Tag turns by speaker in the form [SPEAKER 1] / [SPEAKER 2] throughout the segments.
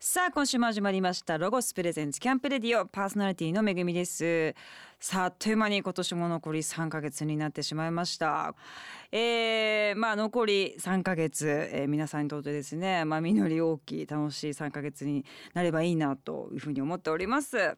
[SPEAKER 1] さあ今週も始まりましたロゴスプレゼンツキャンプレディオパーソナリティのめぐみですさああっという間に今年も残り3ヶ月になってしまいましたえー、まあ残り3ヶ月、えー皆さんにとってですねまあ実り大きい楽しい3ヶ月になればいいなというふうに思っております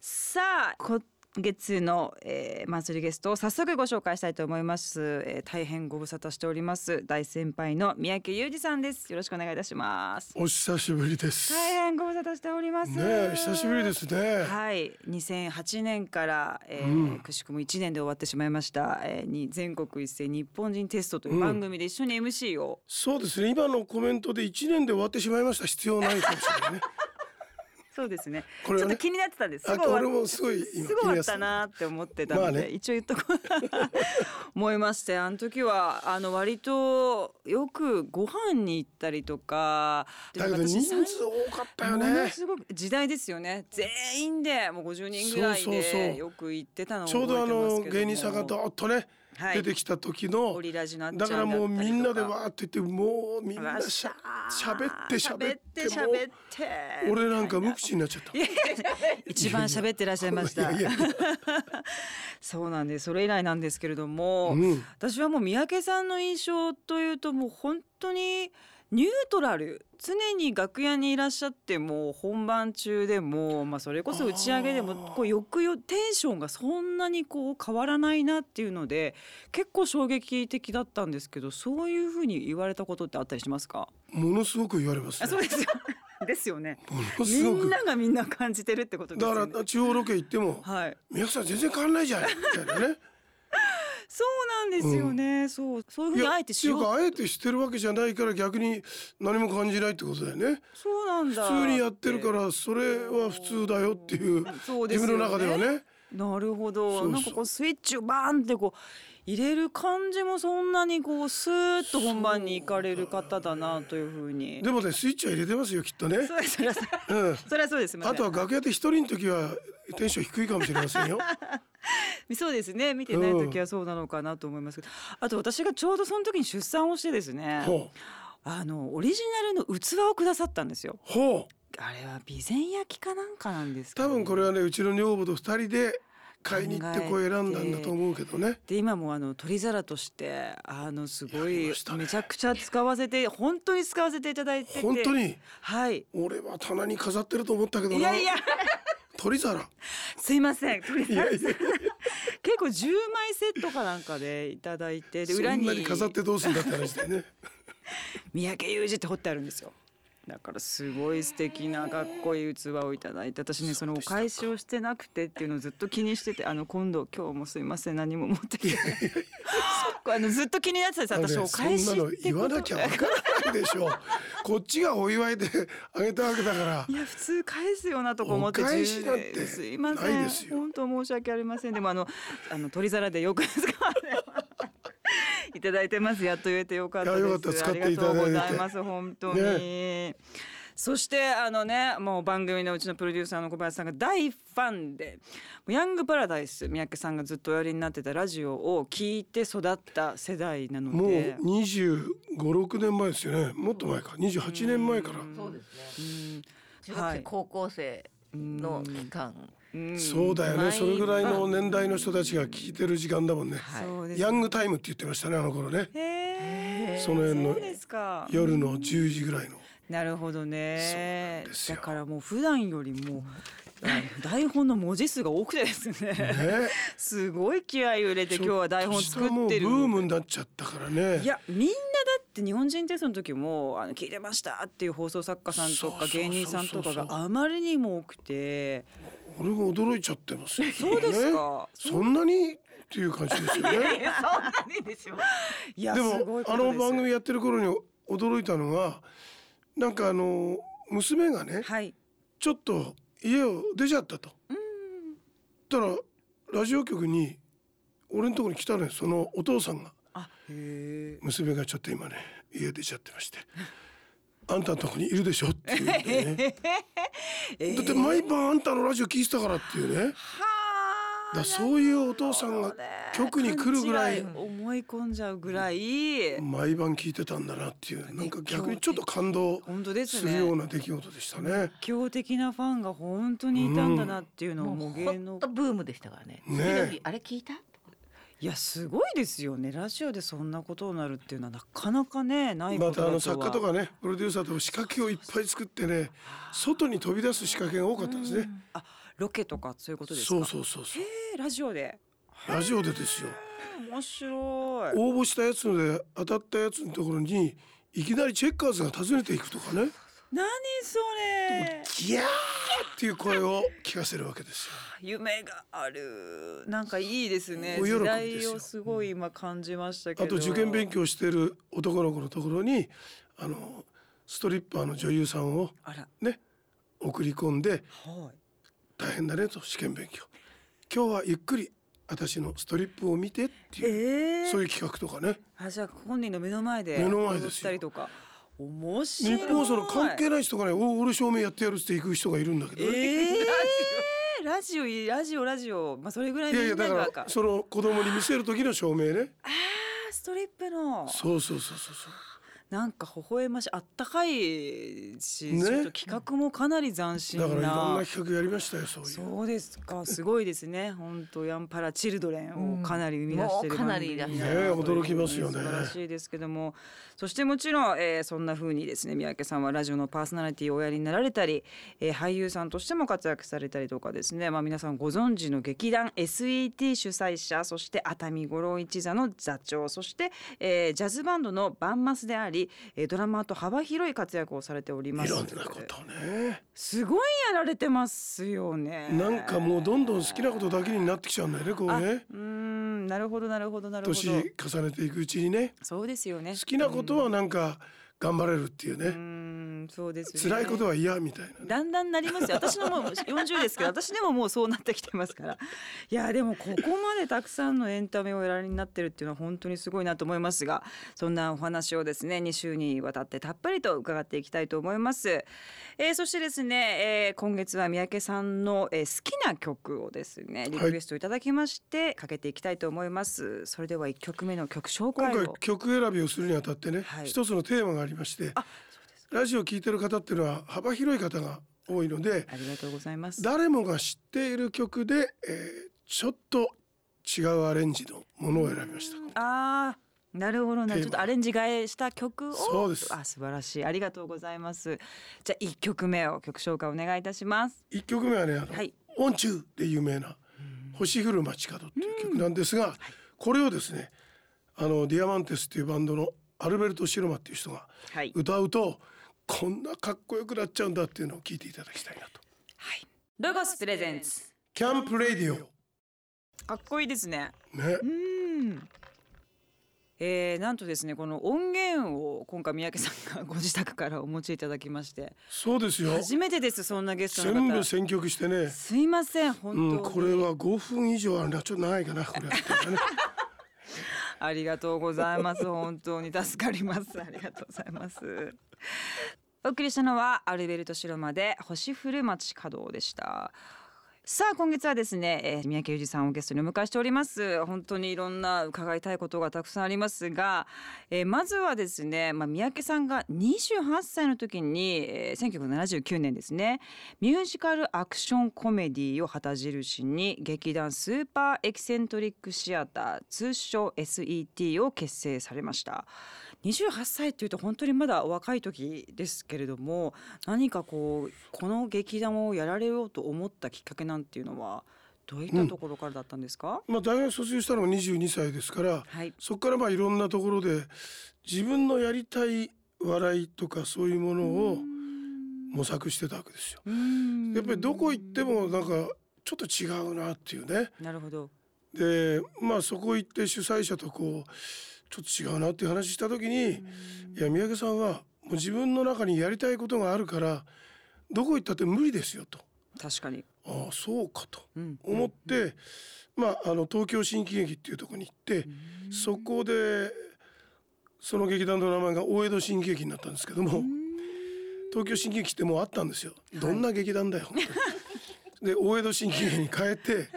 [SPEAKER 1] さあ今月の、えーマンスリーゲストを早速ご紹介したいと思います、えー大変ご無沙汰しております大先輩の三宅裕二さんですよろしくお願いいたします
[SPEAKER 2] お久しぶりです。
[SPEAKER 1] 大変ご無沙汰しております。
[SPEAKER 2] ねえ久しぶりですね。
[SPEAKER 1] はい、2008年から、えーくしくも1年で終わってしまいました、えーに全国一斉日本人テストという番組で一緒に MC を、
[SPEAKER 2] そうですね。今のコメントで一年で終わってしまいました。必要ないかもしれないね。
[SPEAKER 1] そうですね
[SPEAKER 2] これ
[SPEAKER 1] ちょ
[SPEAKER 2] は
[SPEAKER 1] っと気
[SPEAKER 2] ね
[SPEAKER 1] になってたん ですす
[SPEAKER 2] あ
[SPEAKER 1] ぐ終わ
[SPEAKER 2] 俺もすごい今
[SPEAKER 1] すぐ終わったなって思ってたので、
[SPEAKER 2] まあね
[SPEAKER 1] 一応言っとこう思いま してあの時はあの割とよくご飯に行ったりとか
[SPEAKER 2] だけど人数多かったよ
[SPEAKER 1] もの
[SPEAKER 2] ね。
[SPEAKER 1] すごく時代ですよね全員でもう50人ぐらい
[SPEAKER 2] そうそうそう
[SPEAKER 1] でよく行ってたのを
[SPEAKER 2] ちょうどあの芸人さんが
[SPEAKER 1] と
[SPEAKER 2] どーっとね、
[SPEAKER 1] はい
[SPEAKER 2] 出てきた時の
[SPEAKER 1] オ。リラジのあっちゃ
[SPEAKER 2] だ
[SPEAKER 1] ん
[SPEAKER 2] からもう
[SPEAKER 1] だった
[SPEAKER 2] み
[SPEAKER 1] りと
[SPEAKER 2] んなでわーって言ってもうみん
[SPEAKER 1] わ
[SPEAKER 2] な
[SPEAKER 1] っ
[SPEAKER 2] し
[SPEAKER 1] し
[SPEAKER 2] ゃ
[SPEAKER 1] ゃ
[SPEAKER 2] 喋って喋って
[SPEAKER 1] 喋
[SPEAKER 2] も
[SPEAKER 1] って喋って
[SPEAKER 2] う俺なんか無口になっちゃった。い
[SPEAKER 1] 一番喋ってらっしゃいました
[SPEAKER 2] やいや。
[SPEAKER 1] そうなんですそれ以来なんですけれども、
[SPEAKER 2] うん
[SPEAKER 1] 私はもう三宅さんの印象というともう本当にニュートラル常に楽屋にいらっしゃってもう本番中でも、まあ、それこそ打ち上げで
[SPEAKER 2] あ
[SPEAKER 1] も
[SPEAKER 2] ー
[SPEAKER 1] こうよくよテンションがそんなにこう変わらないなっていうので結構衝撃的だったんですけどそういうふうに言われたことってあったりしますか
[SPEAKER 2] ものすごく言われます
[SPEAKER 1] あ
[SPEAKER 2] ね
[SPEAKER 1] そ。うですよ ですよね。
[SPEAKER 2] もの
[SPEAKER 1] み
[SPEAKER 2] すご
[SPEAKER 1] ん
[SPEAKER 2] く。
[SPEAKER 1] ながみんな感じてるってことです
[SPEAKER 2] だ
[SPEAKER 1] よね。
[SPEAKER 2] から地方ロケ行っても
[SPEAKER 1] はい、
[SPEAKER 2] 宮崎さん全然変わんないじゃんみたいなね。
[SPEAKER 1] そうなんですよね、そうそう いうふう
[SPEAKER 2] い
[SPEAKER 1] に
[SPEAKER 2] や
[SPEAKER 1] あえてしよう
[SPEAKER 2] っていうかあえてしてるわけじゃないから逆に何も感じないってことだよね
[SPEAKER 1] そうなんだ
[SPEAKER 2] 普通にやってるからそれは普通だよっていう
[SPEAKER 1] そうです
[SPEAKER 2] 自
[SPEAKER 1] よね
[SPEAKER 2] 分の中ではね
[SPEAKER 1] なるほど
[SPEAKER 2] そうそう
[SPEAKER 1] なんかこうスイッチをバーンってこう入れる感じもそんなにこうスーッと本番に行かれる方だなというふうに
[SPEAKER 2] でもねスイッチは入れてますよきっとね
[SPEAKER 1] そうですそれは
[SPEAKER 2] うん
[SPEAKER 1] それはそうです
[SPEAKER 2] あとは楽屋で一人の時はテンション低いかもしれませ んよ
[SPEAKER 1] そうですね見てない時はそうなのかなと思いますけど、あと私がちょうどその時に出産をしてですね
[SPEAKER 2] ほう
[SPEAKER 1] あのオリジナルの器をくださったんですよ
[SPEAKER 2] ほう
[SPEAKER 1] あれは備前焼きかなんかなんですけど
[SPEAKER 2] 多分これはねうちの女房と二人で買いに行ってこう
[SPEAKER 1] 考え
[SPEAKER 2] 選
[SPEAKER 1] て
[SPEAKER 2] んだんだと思うけどね
[SPEAKER 1] で今もあの取り皿としてあのすご
[SPEAKER 2] やり
[SPEAKER 1] い
[SPEAKER 2] ましたね
[SPEAKER 1] めちゃくちゃ使わせて本当に使わせていただいてて
[SPEAKER 2] 本当に
[SPEAKER 1] はい
[SPEAKER 2] 俺は棚に飾ってると思ったけど
[SPEAKER 1] い
[SPEAKER 2] な
[SPEAKER 1] やいや
[SPEAKER 2] 鳥皿
[SPEAKER 1] すいません取り
[SPEAKER 2] い
[SPEAKER 1] 皿
[SPEAKER 2] やいや
[SPEAKER 1] 結構10枚セットかなんかでいただいてで
[SPEAKER 2] そ
[SPEAKER 1] 裏
[SPEAKER 2] ん
[SPEAKER 1] に
[SPEAKER 2] なに飾ってどうすんだって話だよね
[SPEAKER 1] 三宅裕二って彫ってあるんですよだからすごい素敵なかっこいい器をいただいて私ねそのお返しをしてなくてっていうのをずっと気にしててあの今度今日もすいません何も持ってきてない あのずっと気になってたんです私お返し
[SPEAKER 2] そ
[SPEAKER 1] っ
[SPEAKER 2] んなの
[SPEAKER 1] て
[SPEAKER 2] 言
[SPEAKER 1] こ
[SPEAKER 2] わ
[SPEAKER 1] と
[SPEAKER 2] なきゃわからないで しょうこっちがお祝いであげたわけだから
[SPEAKER 1] いや普通返すよなとか思って
[SPEAKER 2] お返しなんて
[SPEAKER 1] 自由ですいませ
[SPEAKER 2] ない
[SPEAKER 1] ん
[SPEAKER 2] ですよ
[SPEAKER 1] 本当申し訳ありませんでもあのあの取り皿でよく使われいただいてますやっと言えてよかった
[SPEAKER 2] いやよか
[SPEAKER 1] で
[SPEAKER 2] った
[SPEAKER 1] す
[SPEAKER 2] 使
[SPEAKER 1] あ
[SPEAKER 2] っ
[SPEAKER 1] り
[SPEAKER 2] て
[SPEAKER 1] が
[SPEAKER 2] いただ
[SPEAKER 1] と
[SPEAKER 2] いうて
[SPEAKER 1] ございます本当に、そしてあのねもう番組のうちのプロデューサーの小林さんが大ファンで「ヤングパラダイス」三宅さんがずっとおやりになってたラジオを聞いて育った世代なの
[SPEAKER 2] もう
[SPEAKER 1] で。
[SPEAKER 2] 2 5 6年前ですよねもっと前か28年前から
[SPEAKER 3] そうですね。
[SPEAKER 1] うん
[SPEAKER 3] 中学生、
[SPEAKER 1] はい
[SPEAKER 3] 高校生の期
[SPEAKER 1] う
[SPEAKER 3] 間。
[SPEAKER 1] ん
[SPEAKER 2] そうだよね
[SPEAKER 3] 毎
[SPEAKER 2] それぐらいの年代の人たちが聞いてる時間だもんね、
[SPEAKER 3] はい
[SPEAKER 1] そうですね
[SPEAKER 2] ヤングタイムって言ってましたねあの頃ね
[SPEAKER 1] へー
[SPEAKER 2] その辺の
[SPEAKER 1] そうですか
[SPEAKER 2] 夜の10時ぐら いの
[SPEAKER 1] なるほどね
[SPEAKER 2] そうなんです
[SPEAKER 1] だ
[SPEAKER 2] よ
[SPEAKER 1] からもう普段よりもあの台本の文字数が多くてですね
[SPEAKER 2] ね
[SPEAKER 1] すごい気合いを入れて今日は台本作
[SPEAKER 2] ちょ
[SPEAKER 1] っ
[SPEAKER 2] と
[SPEAKER 1] て
[SPEAKER 2] した
[SPEAKER 1] る
[SPEAKER 2] もうブームになっちゃったからね
[SPEAKER 1] いやみんなだって日本人テストの時もあの聞いてましたっていう放送作家さんと
[SPEAKER 2] そ
[SPEAKER 1] か
[SPEAKER 2] うそうそうそう
[SPEAKER 1] 芸人さんとかがあまりにも多くて
[SPEAKER 2] 俺も驚いちゃってますよ ね
[SPEAKER 1] そうですか
[SPEAKER 2] そんなにっていう感じですよね
[SPEAKER 3] そんなにでしょ。
[SPEAKER 1] いや
[SPEAKER 2] です
[SPEAKER 1] ご
[SPEAKER 2] も
[SPEAKER 1] いこ
[SPEAKER 2] あ
[SPEAKER 1] とです
[SPEAKER 2] の番組やってる頃に驚いたのがなんかあの娘がね
[SPEAKER 1] はい
[SPEAKER 2] ちょっと家を出ちゃったと。たらラジオ局に俺のところに来たのよそのお父さんが
[SPEAKER 1] あへ
[SPEAKER 2] 娘がちょっと今ね家出ちゃってまして「あんたのとこにいるでしょ」って言うんだよね。
[SPEAKER 1] え
[SPEAKER 2] だって毎晩あんたのラジオ聞いてたからっていうね
[SPEAKER 1] は
[SPEAKER 2] らそういうお父さんが局に来るぐらい
[SPEAKER 1] 勘違思い込んじゃうぐらい、
[SPEAKER 2] 毎晩聞いてたんだなっていうなんか逆にちょっと感動
[SPEAKER 1] 本当です
[SPEAKER 2] す
[SPEAKER 1] ね
[SPEAKER 2] るような出来事でしたね。
[SPEAKER 1] 熱狂的なファンが本当にいたんだなっていうのをも
[SPEAKER 3] もう
[SPEAKER 1] う
[SPEAKER 3] ほ
[SPEAKER 1] 芸
[SPEAKER 3] ん
[SPEAKER 1] 能
[SPEAKER 3] とブームでしたからね。
[SPEAKER 2] ね
[SPEAKER 3] 次の日あれ聞いた？
[SPEAKER 1] いやすごいですよねラジオでそんなことになるっていうのはなかなかねないこ
[SPEAKER 2] ま
[SPEAKER 1] とだとは
[SPEAKER 2] たあの作家とかねプロデューサーと仕掛けをいっぱい作ってね外に飛び出す仕掛けが多かったんですね。
[SPEAKER 1] あロケとかそういうことですか
[SPEAKER 2] そうそうそうそう。
[SPEAKER 1] えーラジオで
[SPEAKER 2] ラジオでですよ。
[SPEAKER 1] 面白い
[SPEAKER 2] 応募したやつので当たったやつのところにいきなりチェッカーズが訪ねていくとかね。
[SPEAKER 1] 何それ
[SPEAKER 2] ギャーっていう声を聞かせるわけですよ。
[SPEAKER 1] 夢があるなんかいいですね
[SPEAKER 2] お喜
[SPEAKER 1] 時
[SPEAKER 2] びですよ
[SPEAKER 1] 代をすごい今感じましたけど
[SPEAKER 2] あと受験勉強している男の子のところにあのストリッパーの女優さんを
[SPEAKER 1] あら
[SPEAKER 2] ね送り込んで
[SPEAKER 1] はい
[SPEAKER 2] 大変だねと試験勉強今日はゆっくり私のストリップを見てっていう、
[SPEAKER 1] ええ
[SPEAKER 2] そういう企画とかね
[SPEAKER 1] あじゃあ本人の目の前で
[SPEAKER 2] 目の前です
[SPEAKER 1] 踊っ
[SPEAKER 2] よ
[SPEAKER 1] たりとか面白
[SPEAKER 2] 日
[SPEAKER 1] い
[SPEAKER 2] 本はその関係ない人がね「お俺照明やってやる」って行く人がいるんだけ
[SPEAKER 1] え
[SPEAKER 2] どね、
[SPEAKER 1] えラジオいいラジオラジオまあそれぐらい
[SPEAKER 2] いやい
[SPEAKER 1] み
[SPEAKER 2] や
[SPEAKER 1] んな
[SPEAKER 2] だ
[SPEAKER 1] が
[SPEAKER 2] からその子供に見せる時の照明ね
[SPEAKER 1] ストリップの
[SPEAKER 2] そうそうそうそうそう
[SPEAKER 1] なんか微笑ましいあったかいし、
[SPEAKER 2] ね
[SPEAKER 1] ちょっと企画もかなり斬新
[SPEAKER 2] だ
[SPEAKER 1] な
[SPEAKER 2] からいろんな企画やりましたよそういう
[SPEAKER 1] そうですかすごいですね本当ヤンパラチルドレンをかなり生み出してる
[SPEAKER 3] うんもうかなりいらっしゃ
[SPEAKER 2] るねえ驚きますよね
[SPEAKER 1] 素晴らしいですけどもそしてもちろん、えーそんな風にですね三宅さんはラジオのパーソナリティをおやりになられたり、えー俳優さんとしても活躍されたりとかですね、まあ、皆さんご存知の劇団 SET 主催者そして熱海五郎一座の座長そして、えージャズバンドのバンマスであり、えードラマーと幅広い活躍をされておりま
[SPEAKER 2] い
[SPEAKER 1] す
[SPEAKER 2] ろんなことをね
[SPEAKER 1] すごいやられてますよね
[SPEAKER 2] なんかもうどんどん好きなことだけになってきちゃうんだよねこうね
[SPEAKER 1] うーんなるほどなるほどなるほど
[SPEAKER 2] 年重ねていくうちにね
[SPEAKER 1] そうですよね
[SPEAKER 2] 好きなことはなんか頑張れるっていう
[SPEAKER 1] うー
[SPEAKER 2] ね
[SPEAKER 1] んそうですよね
[SPEAKER 2] 辛いことは嫌みたいなね
[SPEAKER 1] だんだんなりますよ私のもう40ですけど 私でももうそうなってきてますからいやでもここまでたくさんのエンタメをおやりになってるっていうのは本当にすごいなと思いますがそんなお話をですね2週にわたってたっぷりと伺っていきたいと思います、えーそしてですね、えー今月は三宅さんの、えー好きな曲をですねリクエストいただきましてかけていきたいと思いますそれでは1曲目の曲紹
[SPEAKER 2] 今
[SPEAKER 1] 介
[SPEAKER 2] 回
[SPEAKER 1] を
[SPEAKER 2] 曲選びをするにあたってね
[SPEAKER 1] はい
[SPEAKER 2] 一つのテーマがありまして
[SPEAKER 1] あそうです
[SPEAKER 2] ラジオ聴いてる方っていうのは幅広い方が多いので
[SPEAKER 1] ありがとうございます
[SPEAKER 2] 誰もが知っている曲でえーちょっと違うアレンジのものを選びました
[SPEAKER 1] あーなるほどな
[SPEAKER 2] テーマ
[SPEAKER 1] ちょっとアレンジ替えした曲を
[SPEAKER 2] そうです
[SPEAKER 1] あ素晴らしいありがとうございますじゃあ一曲目を曲紹介お願いいたします
[SPEAKER 2] 一曲目はねあの
[SPEAKER 1] はい
[SPEAKER 2] 「オンチュー」で有名な「星降る街角」っていう曲なんですがこれをですねあのディアマンテスっていうバンドのアルベルト・シルマっていう人が
[SPEAKER 1] はい
[SPEAKER 2] 歌うとこんなかっこよくなっちゃうんだっていうのを聞いていただきたいなと。
[SPEAKER 1] ロゴスプレゼンツ
[SPEAKER 2] キャンプレディオ
[SPEAKER 1] かっこいいですね
[SPEAKER 2] ね
[SPEAKER 1] う、ーんえー、なんとですねこの音源を今回三宅さんがご自宅からお持ちいただきまして
[SPEAKER 2] そうですよ。
[SPEAKER 1] 初めてですそんなゲスト
[SPEAKER 2] 全
[SPEAKER 1] の
[SPEAKER 2] 部
[SPEAKER 1] 方
[SPEAKER 2] 選曲してね。
[SPEAKER 1] すいません本当
[SPEAKER 2] う
[SPEAKER 1] に、
[SPEAKER 2] ん、これは5分以上あるな、ちょっと長いかな、これはっていうかね。
[SPEAKER 1] ありがとうございます。本当に助かります。ありがとうございます。お送りしたのはアルベルト・シロマで星降る街角でした。さあ今月はですね、えー、三宅裕二さんをゲストにお迎えしております本当にいろんな伺いたいことがたくさんありますが、えー、まずはですね、まあ、三宅さんが28歳の時に、えー、1979年ですねミュージカルアクションコメディを旗印に劇団スーパーエキセントリックシアター通称 SET を結成されました28歳っていうと本当にまだお若い時ですけれども何かこうこの劇団をやられようと思ったきっかけなんていうのはどういったところからだったんですか、
[SPEAKER 2] まあ、大学卒業したのが22歳ですから、
[SPEAKER 1] はい
[SPEAKER 2] そこからまあいろんなところで自分のやりたい笑いとかそういうものを模索してたわけですよ。やっぱりどこ行ってもなんかちょっと違うなっていうね。
[SPEAKER 1] なるほど
[SPEAKER 2] でまあそこ行って主催者とこうちょっと違うなっていう話した時に、いや三宅さんはもう自分の中にやりたいことがあるからどこ行ったって無理ですよと
[SPEAKER 1] 確かに、
[SPEAKER 2] ああそうかと
[SPEAKER 1] うん、
[SPEAKER 2] 思って、まああの東京新喜劇っていうところに行って、そこでその劇団の名前が大江戸新喜劇になったんですけども、東京新喜劇ってもう あったんですよ、どんな劇団だよ本当にで大江戸新喜劇に変えて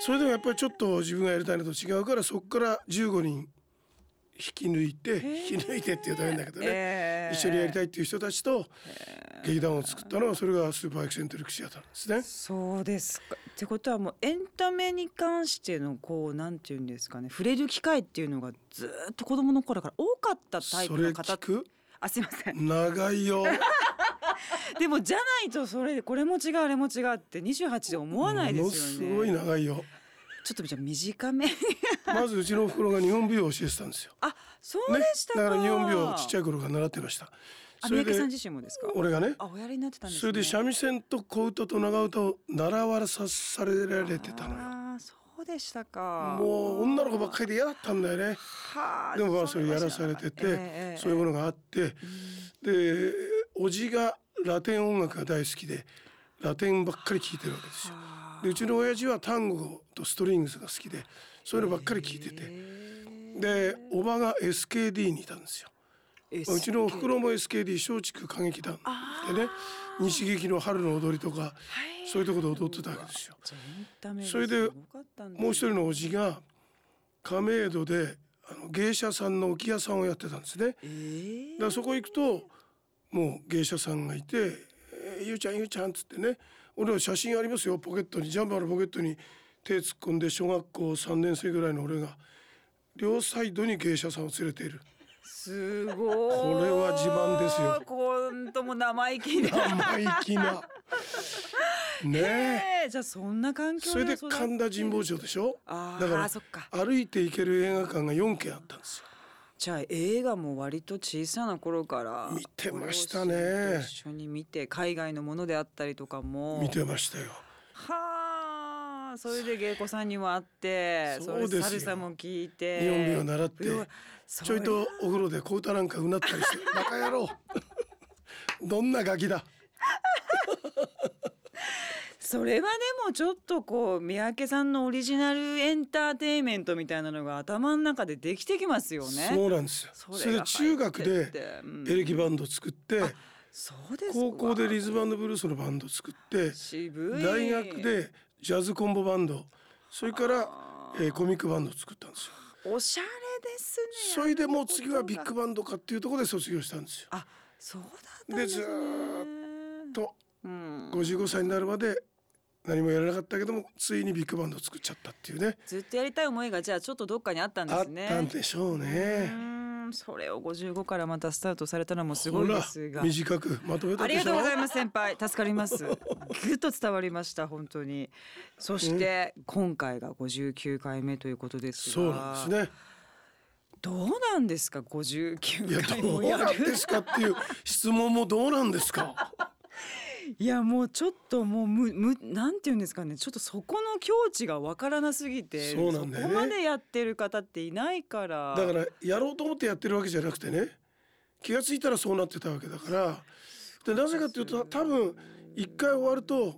[SPEAKER 2] それでもやっぱりちょっと自分がやりたいのと違うからそこから15人引き抜いて
[SPEAKER 1] ー
[SPEAKER 2] 引き抜いてって言うと変だけどね
[SPEAKER 1] え
[SPEAKER 2] 一緒にやりた
[SPEAKER 1] い
[SPEAKER 2] いっていう人たちと劇団を作ったのはそれがスーパーエクセントリックシアターなんですね。
[SPEAKER 1] そうですかってことはもうエンタメに関してのこうなんていうんですかね触れる機会っていうのがずーっと子供の頃から多かったタイ
[SPEAKER 2] そ
[SPEAKER 1] プ
[SPEAKER 2] れ
[SPEAKER 1] の方
[SPEAKER 2] 聞く
[SPEAKER 1] あすいません
[SPEAKER 2] 長いよ。
[SPEAKER 1] でもじゃないとそれこれも違うあれも違うって28で思わないですよね
[SPEAKER 2] ものすごい長いよ。
[SPEAKER 1] ちょっとじゃあ短め
[SPEAKER 2] まずうちのおふくろが日本舞踊を教えてたんですよ。
[SPEAKER 1] あそうでしたか、
[SPEAKER 2] だから日本舞踊をちっちゃい頃から習ってました。
[SPEAKER 1] あ
[SPEAKER 2] そ
[SPEAKER 1] 三
[SPEAKER 2] れ
[SPEAKER 1] 宅
[SPEAKER 2] で
[SPEAKER 1] さん自身もですか
[SPEAKER 2] 俺がね
[SPEAKER 1] あおやりになってたんですね
[SPEAKER 2] それで三味線と小唄と長唄を習わさされられてたのよ。
[SPEAKER 1] あーそうでしたか
[SPEAKER 2] もう女の子ばっかりで嫌だったんだよね。
[SPEAKER 1] はあ
[SPEAKER 2] でもまあそれやらされてて、そういう
[SPEAKER 1] う
[SPEAKER 2] ものがあって、でおじがラテン音楽が大好きでラテンばっかり聴いてるわけですよ。でうちの親父はタンゴとストリングスが好きでそういうのばっかり聴いててでおばが SKD にいたんですよ。まあうちのおふくろも SKD 松竹歌劇団でね日劇の春の踊りとかそういうところで踊ってたわけですよ。それでも
[SPEAKER 1] 人
[SPEAKER 2] う一人のおじが亀戸であの芸者さんの置屋さんをやってたんですね。
[SPEAKER 1] え
[SPEAKER 2] だ
[SPEAKER 1] ー
[SPEAKER 2] からそこ行くともう芸者さんがいて「えーゆうちゃんゆうちゃん」っつってね俺は写真ありますよポケットにジャンバーのポケットに手突っ込んで小学校3年生ぐらいの俺が両サイドに芸者さんを連れている。
[SPEAKER 1] すごい
[SPEAKER 2] これは自慢ですよ
[SPEAKER 1] こんとも生意 気で
[SPEAKER 2] 生意 気な。ねえ。
[SPEAKER 1] えーじゃあそんな環境
[SPEAKER 2] それで
[SPEAKER 1] 育っ
[SPEAKER 2] 神田神保町でしょ
[SPEAKER 1] あだ
[SPEAKER 2] だか
[SPEAKER 1] かららそっか
[SPEAKER 2] 歩いて行ける映画館が4軒あったんですよ
[SPEAKER 1] じゃあ映画も割と小さな頃から
[SPEAKER 2] 見てました
[SPEAKER 1] ご
[SPEAKER 2] ね
[SPEAKER 1] 両親と一緒に見て海外のものであったりとかも
[SPEAKER 2] 見てましたよ
[SPEAKER 1] はあそれで芸妓さんにも会って
[SPEAKER 2] そ
[SPEAKER 1] そうれ
[SPEAKER 2] ですよ
[SPEAKER 1] でサルサも聞いて
[SPEAKER 2] 日本舞踊習って
[SPEAKER 1] うわ
[SPEAKER 2] ちょい
[SPEAKER 1] それ
[SPEAKER 2] とお風呂で小唄なんかうなったりして「バカ野郎 どんなガキだ
[SPEAKER 1] それはでもちょっとこう三宅さんのオリジナルエンターテインメントみたいなのが頭の中でできてきますよね
[SPEAKER 2] そうなんですよそれで
[SPEAKER 1] が
[SPEAKER 2] 中学
[SPEAKER 1] 入ってって
[SPEAKER 2] で
[SPEAKER 1] うん
[SPEAKER 2] エレキバンド作って
[SPEAKER 1] そうです
[SPEAKER 2] 高校でリズ
[SPEAKER 1] ム
[SPEAKER 2] ムブルースのバンド作って
[SPEAKER 1] 渋い
[SPEAKER 2] 大学でジャズコンボバンドそれから、
[SPEAKER 1] あー
[SPEAKER 2] えーコミックバンド作ったんですよ
[SPEAKER 1] おしゃれですね
[SPEAKER 2] それでもう次はビッ
[SPEAKER 1] やるこ
[SPEAKER 2] グバンドかっていうところで卒業したんですよ
[SPEAKER 1] とがあそうだったんですね
[SPEAKER 2] でずーと
[SPEAKER 1] うん
[SPEAKER 2] 55歳になるまで何もやらなかったけどもついにビッグバンドを作っちゃったっていうね
[SPEAKER 1] ずっとやりたい思いがじゃあちょっとどっかにあったんで
[SPEAKER 2] あっ
[SPEAKER 1] すね。
[SPEAKER 2] たんでしょう
[SPEAKER 1] う
[SPEAKER 2] ね
[SPEAKER 1] ーんそれを55からまたスタートされたのもす
[SPEAKER 2] ほ
[SPEAKER 1] ごいで
[SPEAKER 2] ら
[SPEAKER 1] すが。
[SPEAKER 2] 短くまとめた
[SPEAKER 1] ありが
[SPEAKER 2] でし
[SPEAKER 1] とう
[SPEAKER 2] ょ
[SPEAKER 1] ございます先輩助かります ぐっと伝わりました本当にそして今回が59回目ということですが
[SPEAKER 2] そうなんですね
[SPEAKER 1] どうなんですか
[SPEAKER 2] いや
[SPEAKER 1] 59回
[SPEAKER 2] ど
[SPEAKER 1] も
[SPEAKER 2] う
[SPEAKER 1] や
[SPEAKER 2] なん
[SPEAKER 1] る
[SPEAKER 2] ですかっていう質問もどうなんで すか
[SPEAKER 1] いやもうちょっともうむむなんていうんですかねちょっとそこの境地がわからなすぎて
[SPEAKER 2] そうなんだよね
[SPEAKER 1] そこまでやってる方っていないから
[SPEAKER 2] だからやろうと思ってやってるわけじゃなくてね気がついたらそうなってたわけだからでなぜかっていうと多分一回終わると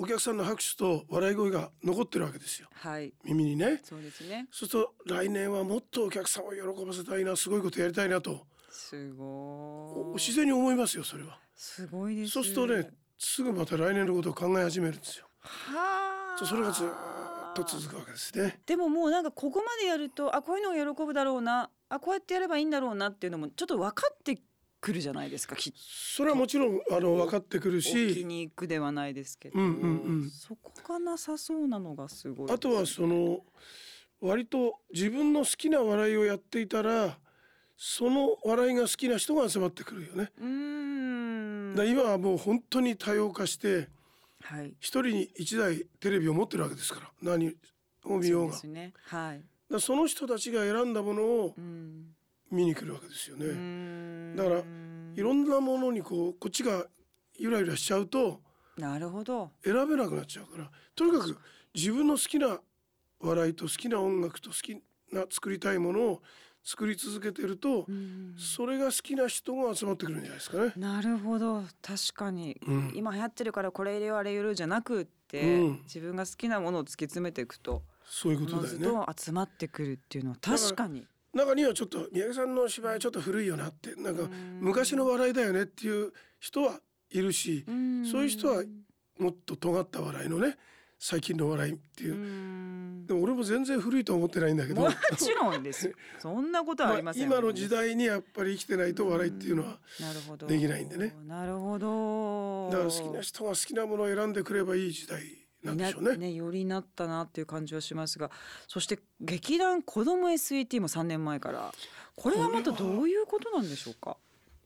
[SPEAKER 2] お客さんの拍手と笑い声が残ってるわけですよ
[SPEAKER 1] はい
[SPEAKER 2] 耳にね
[SPEAKER 1] そうですね
[SPEAKER 2] そうすると来年はもっとお客さんを喜ばせたいなすごいことやりたいなと
[SPEAKER 1] すご
[SPEAKER 2] お
[SPEAKER 1] い
[SPEAKER 2] 自然に思いますよそれは
[SPEAKER 1] すごいです
[SPEAKER 2] そうするとねすぐまた来年のことを考え始めるんですよ
[SPEAKER 1] はあ
[SPEAKER 2] そうそれがずーっと続くわけですね
[SPEAKER 1] でももうなんかここまでやるとあこういうのを喜ぶだろうなあこうやってやればいいんだろうなっていうのもちょっと分かってくるじゃないですかきっと
[SPEAKER 2] それはもちろんあの分かってくる
[SPEAKER 1] お気
[SPEAKER 2] し
[SPEAKER 1] に行くではないですけど、
[SPEAKER 2] うんうんうん
[SPEAKER 1] そこがなさそうなのがすごい
[SPEAKER 2] あとはその割と自分の好きな笑いをやっていたらその笑いが好きな人が集まってくるよね
[SPEAKER 1] うーん
[SPEAKER 2] だから今はもう本当に多様化して
[SPEAKER 1] はい
[SPEAKER 2] 一人に一台テレビを持ってるわけですから何を見ようが
[SPEAKER 1] そうですねはい
[SPEAKER 2] だからその人たちが選んだものを
[SPEAKER 1] うん
[SPEAKER 2] 見に来るわけですよね、
[SPEAKER 1] うーん
[SPEAKER 2] だからいろんなものにこうこっちがゆらゆらしちゃうと
[SPEAKER 1] なるほど
[SPEAKER 2] 選べなくなっちゃうからとにかく自分の好きな笑いと好きな音楽と好きな作りたいものを作り続けてると
[SPEAKER 1] うん
[SPEAKER 2] それが好きな人が集まってくるんじゃないですかね。
[SPEAKER 1] なるほど確かに
[SPEAKER 2] うん、
[SPEAKER 1] 今流行ってるからこれ入れようあれ入れようじゃなくって、
[SPEAKER 2] うん
[SPEAKER 1] 自分が好きなものを突き詰めていくと
[SPEAKER 2] そういうこ
[SPEAKER 1] おの
[SPEAKER 2] とだ
[SPEAKER 1] ず
[SPEAKER 2] よね。
[SPEAKER 1] と集まってくるっていうのは
[SPEAKER 2] から
[SPEAKER 1] 確かに
[SPEAKER 2] 中にはちょっと三宅さんの芝居ちょっと古いよなってなんか
[SPEAKER 1] うん
[SPEAKER 2] 昔の笑いだよねっていう人はいるし
[SPEAKER 1] ん
[SPEAKER 2] そういう人はもっと尖った笑いのね最近のお笑いっていうう、
[SPEAKER 3] ん
[SPEAKER 2] でも俺も全然古いとは思ってないんだけど、
[SPEAKER 1] もちろんですよそんなことはありません、
[SPEAKER 2] 今の時代にやっぱり生きてないとお笑いっていうのは、
[SPEAKER 1] なるほど
[SPEAKER 2] できないんでね
[SPEAKER 1] なるほど
[SPEAKER 2] だから好きな人が好きなものを選んでくればいい時代なんでしょうね。
[SPEAKER 1] ねよりなったなっていう感じはしますがそして劇団子ども SET も3年前からこれはまたどういうことなんでしょうか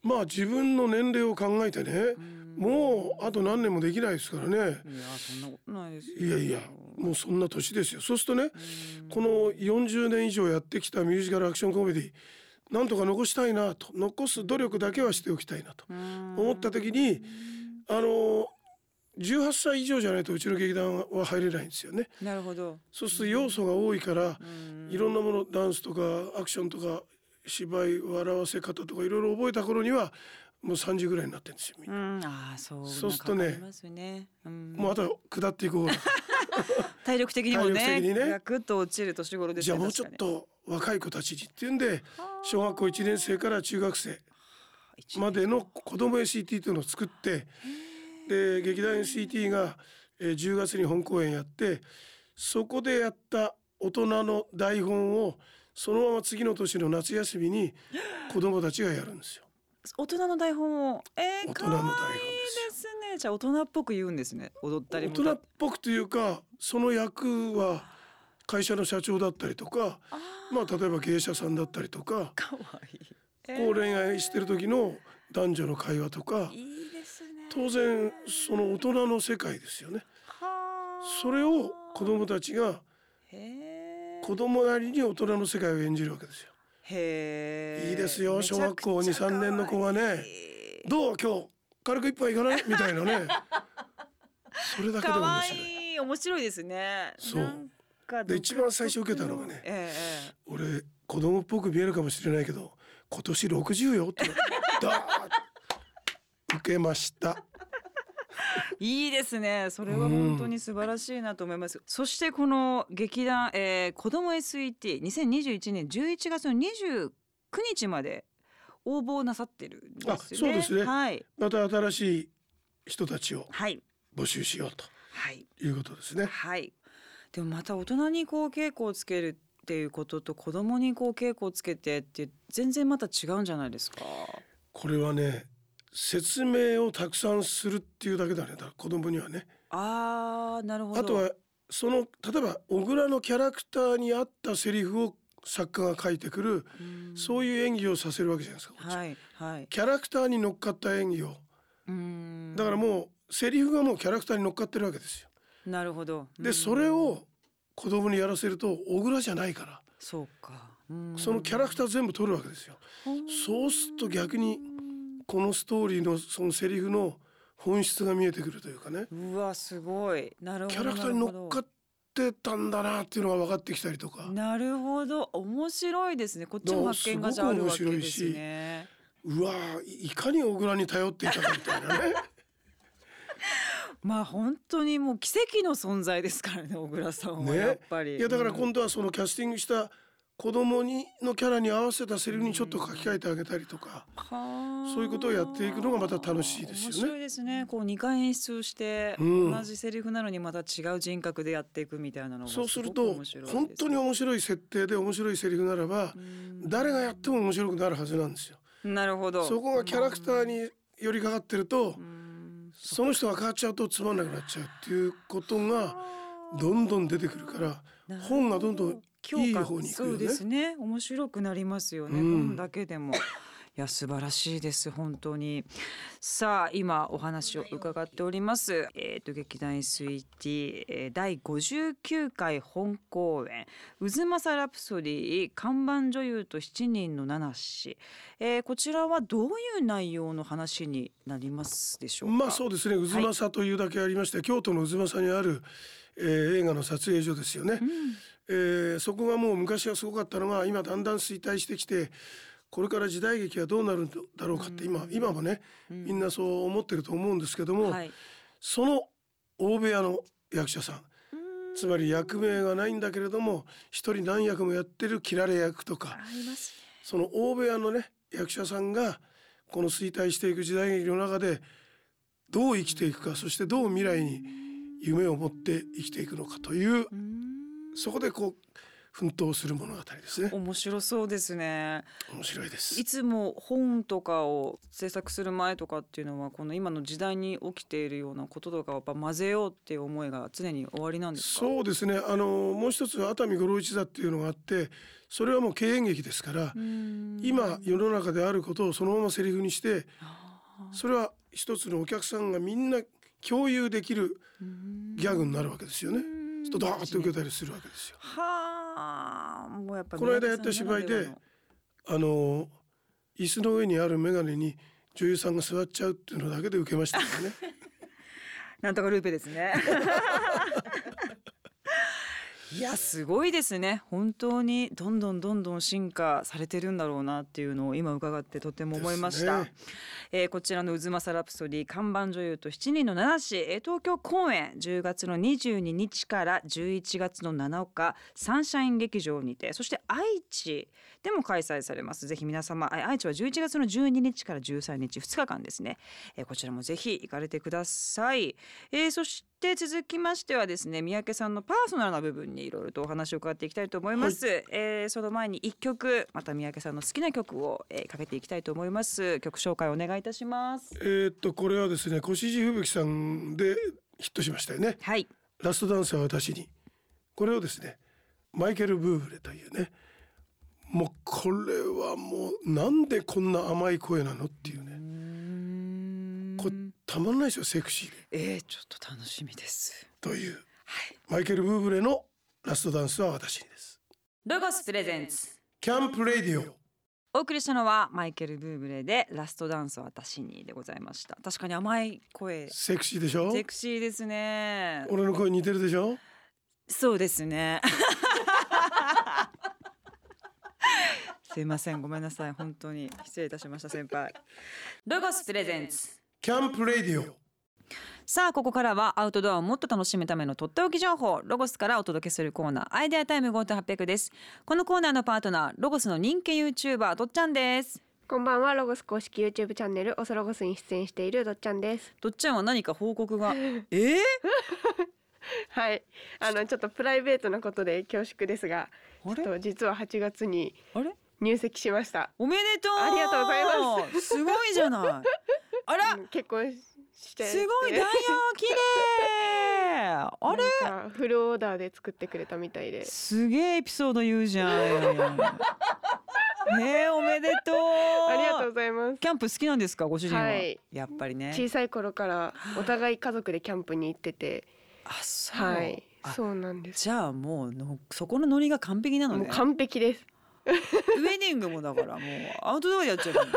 [SPEAKER 2] まあ自分の年齢を考えてね、もうあと何年もできないですからね。
[SPEAKER 1] いやそんなことないですよ
[SPEAKER 2] いやいや、もうそんな年ですよ。そうするとね、この40年以上やってきたミュージカルアクションコメディ、なんとか残したいなと、残す努力だけはしておきたいなと思った時に、あの18歳以上じゃないとうちの劇団は入れないんですよね。
[SPEAKER 1] なるほど
[SPEAKER 2] そうすると要素が多いから、いろんなものダンスとかアクションとか芝居笑わせ方とかいろいろ覚えた頃にはもう30ぐらいになってるんですよみんな
[SPEAKER 1] うんああそう
[SPEAKER 2] そうするとね
[SPEAKER 1] なんかありますよねうん
[SPEAKER 2] もうあとは下っていこう
[SPEAKER 1] 体力的にも
[SPEAKER 2] 体力
[SPEAKER 1] ね
[SPEAKER 2] 的にね
[SPEAKER 1] ガクッと落ちる年頃です
[SPEAKER 2] じゃ
[SPEAKER 1] ね
[SPEAKER 2] あもうちょっ
[SPEAKER 1] 確か
[SPEAKER 2] と若い子たちにっていうんで小学校1年生から中学生
[SPEAKER 1] に
[SPEAKER 2] までの子ども SCT というのを作ってで劇団 SCT がえー10月に本公演やってそこでやった大人の台本をそのまま次の年の夏休みに子どもたちがやるんですよ。
[SPEAKER 1] 大人の台本をえー、
[SPEAKER 2] 大
[SPEAKER 1] か
[SPEAKER 2] 人の台
[SPEAKER 1] わい
[SPEAKER 2] 本
[SPEAKER 1] い
[SPEAKER 2] ですよ
[SPEAKER 1] ですねじゃあ大人っぽく言うんですね踊ったり
[SPEAKER 2] 大
[SPEAKER 1] も
[SPEAKER 2] 人っぽくというかその役は会社の社長だったりとかまあ例えば芸者さんだったりとか
[SPEAKER 1] かわいい、え
[SPEAKER 2] こう恋愛してる時の男女の会話とか
[SPEAKER 1] ー、いいですね
[SPEAKER 2] 当然その大人の世界ですよね。
[SPEAKER 1] はあ
[SPEAKER 2] それを子供たちが
[SPEAKER 1] へえ
[SPEAKER 2] 子供なりに大人の世界を演じるわけですよ。
[SPEAKER 1] へえ
[SPEAKER 2] いいですよ小学校2、3年の子がね「どう今日軽く一杯行かない?」みたい なねそれだけで
[SPEAKER 1] か
[SPEAKER 2] も面
[SPEAKER 1] わ
[SPEAKER 2] 白い。
[SPEAKER 1] いい面白いですね
[SPEAKER 2] そう
[SPEAKER 1] なんか
[SPEAKER 2] で一番最初受けたのがね
[SPEAKER 1] ええ
[SPEAKER 2] 俺子供っぽく見えるかもしれないけど今年60よって ダーッ受けました
[SPEAKER 1] いいですねそれは本当に素晴らしいなと思います、そしてこの劇団、えー、子ども SET2021 年11月の29日まで応募なさってるんですよね
[SPEAKER 2] あそうですね
[SPEAKER 1] はい
[SPEAKER 2] また新しい人たちを
[SPEAKER 1] はい
[SPEAKER 2] 募集しようと
[SPEAKER 1] はい
[SPEAKER 2] いうことですね
[SPEAKER 1] はいでもまた大人にこう稽古をつけるっていうことと子供にこう稽古をつけてって全然また違うんじゃないですか
[SPEAKER 2] これはね説明をたくさんするっていうだけだねだから子供にはね
[SPEAKER 1] あーなるほど
[SPEAKER 2] あとはその例えば小倉のキャラクターに合ったセリフを作家が書いてくる
[SPEAKER 1] うん
[SPEAKER 2] そういう演技をさせるわけじゃないですか、こっちは
[SPEAKER 1] はいはい
[SPEAKER 2] キャラクターに乗っかった演技を
[SPEAKER 1] うん
[SPEAKER 2] だからもうセリフがもうキャラクターに乗っかってるわけですよ
[SPEAKER 1] なるほどうん
[SPEAKER 2] でそれを子供にやらせると小倉じゃないから
[SPEAKER 1] そうかうん
[SPEAKER 2] そのキャラクター全部取るわけですよ。そうすると逆にこのストーリーのそのセリフの本質が見えてくるというかね
[SPEAKER 1] うわすごいなるほど
[SPEAKER 2] キャラクターに乗っかってたんだなっていうのが分かってきたりとか
[SPEAKER 1] なるほど面白いですねこっちも発見がじゃああるわけですね
[SPEAKER 2] うわーいかに小倉に頼っていたかみたいな ね
[SPEAKER 1] まあ本当にもう奇跡の存在ですからね小倉さんは
[SPEAKER 2] ね
[SPEAKER 1] やっぱり、
[SPEAKER 2] いやだから
[SPEAKER 1] うん
[SPEAKER 2] 今度はそのキャスティングした子供にのキャラに合わせたセリフにちょっと書き換えてあげたりとか
[SPEAKER 1] はあ
[SPEAKER 2] そういうことをやっていくのがまた楽しいですよね
[SPEAKER 1] 面白いですねこう二回演出して、
[SPEAKER 2] うん
[SPEAKER 1] 同じセリフなのにまた違う人格でやっていくみたいなのが
[SPEAKER 2] そうする
[SPEAKER 1] ご
[SPEAKER 2] と
[SPEAKER 1] く面白いです
[SPEAKER 2] 本当に面白い設定で面白いセリフならば誰がやっても面白くなるはずなんですよ。
[SPEAKER 1] なるほど
[SPEAKER 2] そこがキャラクターに寄りかかってると
[SPEAKER 1] うん
[SPEAKER 2] その人が変わっちゃうとつまんなくなっちゃうっていうことがどんどん出てくるから本がどんどん
[SPEAKER 1] 強化
[SPEAKER 2] いい方に行く
[SPEAKER 1] そう
[SPEAKER 2] よね
[SPEAKER 1] で。すね面白くなりますよね、
[SPEAKER 2] うん
[SPEAKER 1] 本だけで も。いや素晴らしいです本当にさあ今お話を伺っておりますえっ、と劇団 SET、えー、第59回本公演「渦政ラプソディ看板女優と7人の七子」えーこちらはどういう内容の話になりますでしょうか
[SPEAKER 2] まあそうですね渦政というだけありまして、京都の渦政にある、えー映画の撮影所ですよね、えーそこがもう昔はすごかったのが今だんだん衰退してきてこれから時代劇はどうなるんだろうかって今,、今もねみんなそう思ってると思うんですけども、
[SPEAKER 1] はい、
[SPEAKER 2] その大部屋の役者さんつまり役名がないんだけれども一人何役もやってる切られ役とか
[SPEAKER 1] あります
[SPEAKER 2] その大部屋のね役者さんがこの衰退していく時代劇の中でどう生きていくかそしてどう未来に夢を持って生きていくのかという
[SPEAKER 1] うん
[SPEAKER 2] そこでこう奮闘する物語です ね
[SPEAKER 1] 面白そうですね
[SPEAKER 2] 面白いです
[SPEAKER 1] いつも本とかを制作する前とかっていうのはこの今の時代に起きているようなこととかをやっぱ混ぜようっていう思いが常に終わりなんですか
[SPEAKER 2] そうですねあのもう一つ熱海五郎一座っていうのがあってそれはもう敬遠劇ですから
[SPEAKER 1] うん
[SPEAKER 2] 今世の中であることをそのままセリフにして
[SPEAKER 1] あー
[SPEAKER 2] それは一つのお客さんがみんな共有できる
[SPEAKER 1] うん
[SPEAKER 2] ギャグになるわけですよね
[SPEAKER 1] うん
[SPEAKER 2] ちょっとダーッと受けたりするわけですよ
[SPEAKER 1] はあもうやっぱ
[SPEAKER 2] この間やった芝居であの椅子の上にある眼鏡に女優さんが座っちゃうっていうのだけで受けましたからね
[SPEAKER 1] なんとかルーペです ねいやすごいですね本当にどんどんどんどん進化されてるんだろうなっていうのを今伺ってとても思いました、
[SPEAKER 2] ですね
[SPEAKER 1] えーこちらの「渦政ラプソディ」看板女優と7人の七子えー東京公演10月の22日から11月の7日サンシャイン劇場にてそして愛知でも開催されますぜひ皆様あ愛知は11月の12日から13日2日間ですね、えーこちらもぜひ行かれてください、えーそして続きましてはですね三宅さんのパーソナルな部分にいろいろとお話を伺っていきたいと思います、えーその前に一曲また三宅さんの好きな曲を、えーかけていきたいと思います曲紹介お願いいたします
[SPEAKER 2] えーっとこれはですね越路吹雪さんでヒットしましたよね
[SPEAKER 1] はい
[SPEAKER 2] ラストダンスは私にこれをですねマイケル・ブーブレというねもうこれはもうなんでこんな甘い声なのっていうねこたまんないですよセクシーで
[SPEAKER 1] えー、ちょっと楽しみです
[SPEAKER 2] という
[SPEAKER 1] はい。
[SPEAKER 2] マイケル・ブーブレのラストダンスは私にです
[SPEAKER 1] ロゴスプレゼンツ
[SPEAKER 2] キャンプレディオ
[SPEAKER 1] お送りしたのはマイケル・ブーブレでラストダンスは私にでございました確かに甘い声
[SPEAKER 2] セクシーでしょ
[SPEAKER 1] セクシーですね
[SPEAKER 2] 俺の声似てるでしょ
[SPEAKER 1] そうですね すいませんごめんなさい本当に失礼いたしました先輩ロゴスプレゼンツ
[SPEAKER 2] キャンプレディオ
[SPEAKER 1] さあここからはアウトドアをもっと楽しむためのとっておき情報ロゴスからお届けするコーナーアイデアタイム5800ですこのコーナーのパートナーロゴスの人気 YouTuber とっちゃんです
[SPEAKER 4] こんばんはロゴス公式 YouTube チャンネルおそロゴスに出演しているどっちゃんです。
[SPEAKER 1] とっちゃんは何か報告がええ
[SPEAKER 4] はい、あのちょっとプライベートなことで恐縮ですが、
[SPEAKER 1] あ
[SPEAKER 4] ちょっ
[SPEAKER 1] れ
[SPEAKER 4] と実は8月に
[SPEAKER 1] あれ
[SPEAKER 4] 入籍しました。
[SPEAKER 1] おめでとう
[SPEAKER 4] ありがとうござい
[SPEAKER 1] ますすごいじゃないあら
[SPEAKER 4] うん結婚して
[SPEAKER 1] すごい弾
[SPEAKER 4] で
[SPEAKER 1] 薬綺麗あれ
[SPEAKER 4] なんかフルオーダーで作ってくれたみたいで。
[SPEAKER 1] すげえエピソード言うじゃん ねえおめでとう
[SPEAKER 4] ありがとうございます。
[SPEAKER 1] キャンプ好きなんですかご主人は、
[SPEAKER 4] はい
[SPEAKER 1] やっぱりね
[SPEAKER 4] 小さい頃からお互い家族でキャンプに行ってて、
[SPEAKER 1] あそう、
[SPEAKER 4] はい、
[SPEAKER 1] あ
[SPEAKER 4] そうなんです。
[SPEAKER 1] じゃあもうのそこのノリが完璧なの
[SPEAKER 4] もう
[SPEAKER 1] ね
[SPEAKER 4] 完璧です。
[SPEAKER 1] ウェディングもだからもうアウトドアでやっちゃう のキ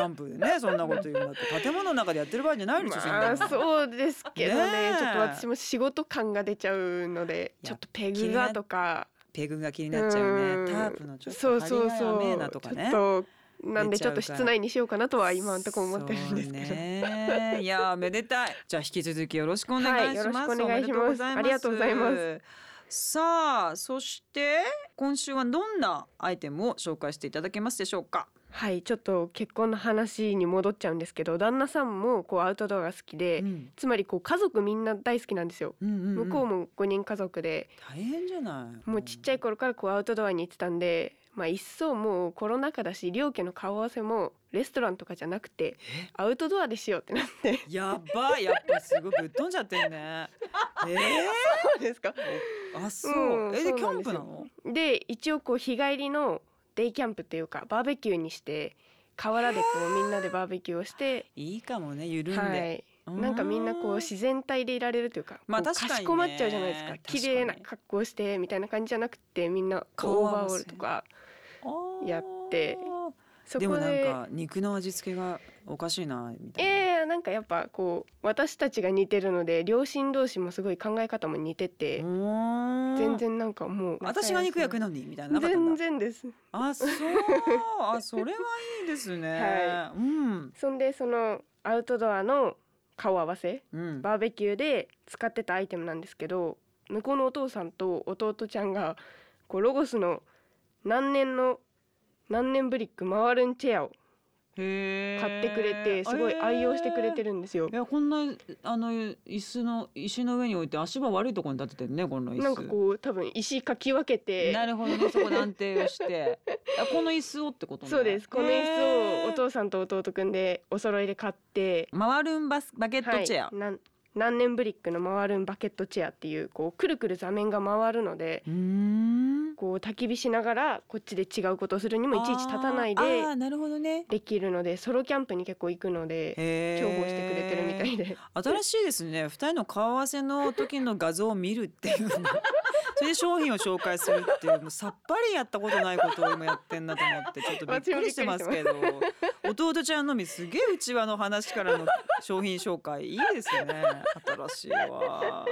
[SPEAKER 1] ャンプでねそんなこと言うんだって建物の中でやってる場合じゃないでしょ、そんな
[SPEAKER 4] まあ
[SPEAKER 1] の
[SPEAKER 4] そうですけどね
[SPEAKER 1] ねえ
[SPEAKER 4] ちょっと私も仕事感が出ちゃうので
[SPEAKER 1] いや
[SPEAKER 4] ちょっとペグがとか
[SPEAKER 1] ペグが気になっちゃうねタープのちょっと張りがやめえなとかね
[SPEAKER 4] ちょっとなん
[SPEAKER 1] 出
[SPEAKER 4] で
[SPEAKER 1] ち
[SPEAKER 4] ち
[SPEAKER 1] ゃう
[SPEAKER 4] ょっ
[SPEAKER 1] から
[SPEAKER 4] と室内にしようかなとは今んとこ思ってるんですけど、
[SPEAKER 1] そうねいやーめでたい。じゃあ引き続きよろしくお願いします。
[SPEAKER 4] はいよろしくお願いしま
[SPEAKER 1] お
[SPEAKER 4] す
[SPEAKER 1] めでとうござ
[SPEAKER 4] ありがとうございます。
[SPEAKER 1] さあそして今週はどんなアイテムを紹介していただけますでしょうか。
[SPEAKER 4] はいちょっと結婚の話に戻っちゃうんですけど旦那さんもこうアウトドアが好きで、
[SPEAKER 1] ん
[SPEAKER 4] つまりこう家族みんな大好きなんですよ。
[SPEAKER 1] うんん
[SPEAKER 4] 向こうも5人家族で
[SPEAKER 1] 大変じゃない。
[SPEAKER 4] もうちっちゃい頃からこうアウトドアに行ってたんで、まあ、一層もうコロナ禍だし両家の顔合わせもレストランとかじゃなくてアウトドアでしようってなって
[SPEAKER 1] やばいやっぱすごいぶっ飛んじゃってんね。え
[SPEAKER 4] そうですか
[SPEAKER 1] ー、あそう。
[SPEAKER 4] うん
[SPEAKER 1] えで
[SPEAKER 4] そう
[SPEAKER 1] キ
[SPEAKER 4] な
[SPEAKER 1] ャ
[SPEAKER 4] ん
[SPEAKER 1] ン
[SPEAKER 4] です
[SPEAKER 1] プ
[SPEAKER 4] よ
[SPEAKER 1] なの？
[SPEAKER 4] で一応こう日帰りのデイキャンプっていうかバーベキューにして河原でこうみんなでバーベキューをして、
[SPEAKER 1] いいかもね緩んで。
[SPEAKER 4] はい、なんかみんなこう自然体でいられるというか,、
[SPEAKER 1] まあ
[SPEAKER 4] こう
[SPEAKER 1] 確かにね
[SPEAKER 4] しこまっちゃうじゃないですか
[SPEAKER 1] 確かに
[SPEAKER 4] 綺麗な格好をしてみたいな感じじゃなくてみんなこう
[SPEAKER 1] 顔
[SPEAKER 4] オー
[SPEAKER 1] 合
[SPEAKER 4] バ
[SPEAKER 1] わ
[SPEAKER 4] ー
[SPEAKER 1] せ
[SPEAKER 4] オールとか
[SPEAKER 1] や
[SPEAKER 4] やってそこ
[SPEAKER 1] で
[SPEAKER 4] で
[SPEAKER 1] もなんか肉の味付けがおかしいなみたいな。
[SPEAKER 4] えー、なんかやっぱこう私たちが似てるので両親同士もすごい考え方も似てて全
[SPEAKER 1] 全
[SPEAKER 4] 然なんかもう
[SPEAKER 1] 私が肉役
[SPEAKER 4] な
[SPEAKER 1] なのにみたいななかったん
[SPEAKER 4] 全
[SPEAKER 1] だ
[SPEAKER 4] 然です
[SPEAKER 1] あそうあそれはいいですね、
[SPEAKER 4] は
[SPEAKER 1] うん
[SPEAKER 4] そんでそのアウトドアの顔合わせ
[SPEAKER 1] うん
[SPEAKER 4] バーベキューで使ってたアイテムなんですけど向こうのお父さんと弟ちゃんがこうロゴスの何年の何年ぶりっく回るんチェアを
[SPEAKER 1] へー
[SPEAKER 4] 買ってくれてすごい愛用してくれてるんですよ
[SPEAKER 1] い。やこんなあの椅子の石の上に置いて足場悪いところに立ててるねこの椅子
[SPEAKER 4] なんかこう多分石かき分けて
[SPEAKER 1] なるほどねそこで安定をして あこの椅子をってことね
[SPEAKER 4] そうですこの椅子をお
[SPEAKER 1] へー
[SPEAKER 4] 父さんと弟くんでお揃いで買って
[SPEAKER 1] 回るんバスバケットチェア、
[SPEAKER 4] はい、なん何年ぶりっくの回るんバケットチェアっていうこうくるくる座面が回るので
[SPEAKER 1] うーん
[SPEAKER 4] こう焚き火しながらこっちで違うことをするにもいちいち立たないで
[SPEAKER 1] あーあーなるほどね
[SPEAKER 4] できるのでソロキャンプに結構行くので
[SPEAKER 1] 重
[SPEAKER 4] 重宝してくれてるみた いで
[SPEAKER 1] 新しいですね二人の顔合わせの時の画像を見るっていうの それで商品を紹介するっていうもうさっぱりやったことないことを今やってんなと思ってちょっとびっくりしてますけど弟ちゃんのみすげえうちわの話からの商品紹介いいですね新しい わ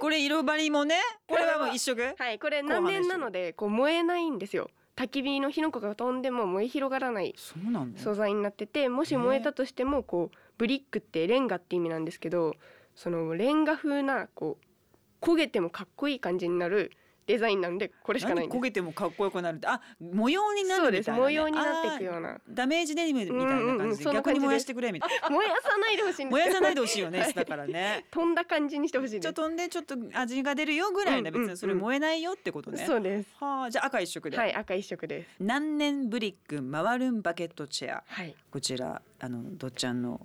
[SPEAKER 1] これ色張りもねこれはもう一色
[SPEAKER 4] はいこれ何年なのでこう燃えないんですよ焚き火の火の粉が飛んでも燃え広がらない
[SPEAKER 1] そうなの
[SPEAKER 4] 素材になっててもし燃えたとしてもこうブリックってレンガって意味なんですけどそのレンガ風なこう焦げてもかっこいい感じになるデザインなのでこれしか
[SPEAKER 1] な
[SPEAKER 4] なんい
[SPEAKER 1] で焦
[SPEAKER 4] んです。
[SPEAKER 1] げてもかっこよくなるってあ模様にな
[SPEAKER 4] そう
[SPEAKER 1] る
[SPEAKER 4] で
[SPEAKER 1] み
[SPEAKER 4] す
[SPEAKER 1] たいなね、
[SPEAKER 4] 模様になっていくような
[SPEAKER 1] あーダメージデニムみたいな
[SPEAKER 4] うんうんう
[SPEAKER 1] 感
[SPEAKER 4] ん
[SPEAKER 1] じ
[SPEAKER 4] そ
[SPEAKER 1] で
[SPEAKER 4] んな
[SPEAKER 1] 逆
[SPEAKER 4] 感じ
[SPEAKER 1] に
[SPEAKER 4] です
[SPEAKER 1] 燃やしてくれみたいな
[SPEAKER 4] 燃やさないでほしいんです
[SPEAKER 1] 燃やさないでほしいよね、
[SPEAKER 4] はい
[SPEAKER 1] 椅子だからね。
[SPEAKER 4] 飛んだ感じにしてほし
[SPEAKER 1] ち
[SPEAKER 4] い
[SPEAKER 1] ょ
[SPEAKER 4] で
[SPEAKER 1] っと飛んでちょっと味が出るよぐらいな
[SPEAKER 4] うんう
[SPEAKER 1] 別
[SPEAKER 4] んうん
[SPEAKER 1] にそれ燃えないよってことね。
[SPEAKER 4] すそうです
[SPEAKER 1] はあじゃあ赤一色で。
[SPEAKER 4] はい赤一色です
[SPEAKER 1] 何年ブリック回るんバケットチェア
[SPEAKER 4] はい
[SPEAKER 1] こちらあのどっちゃんの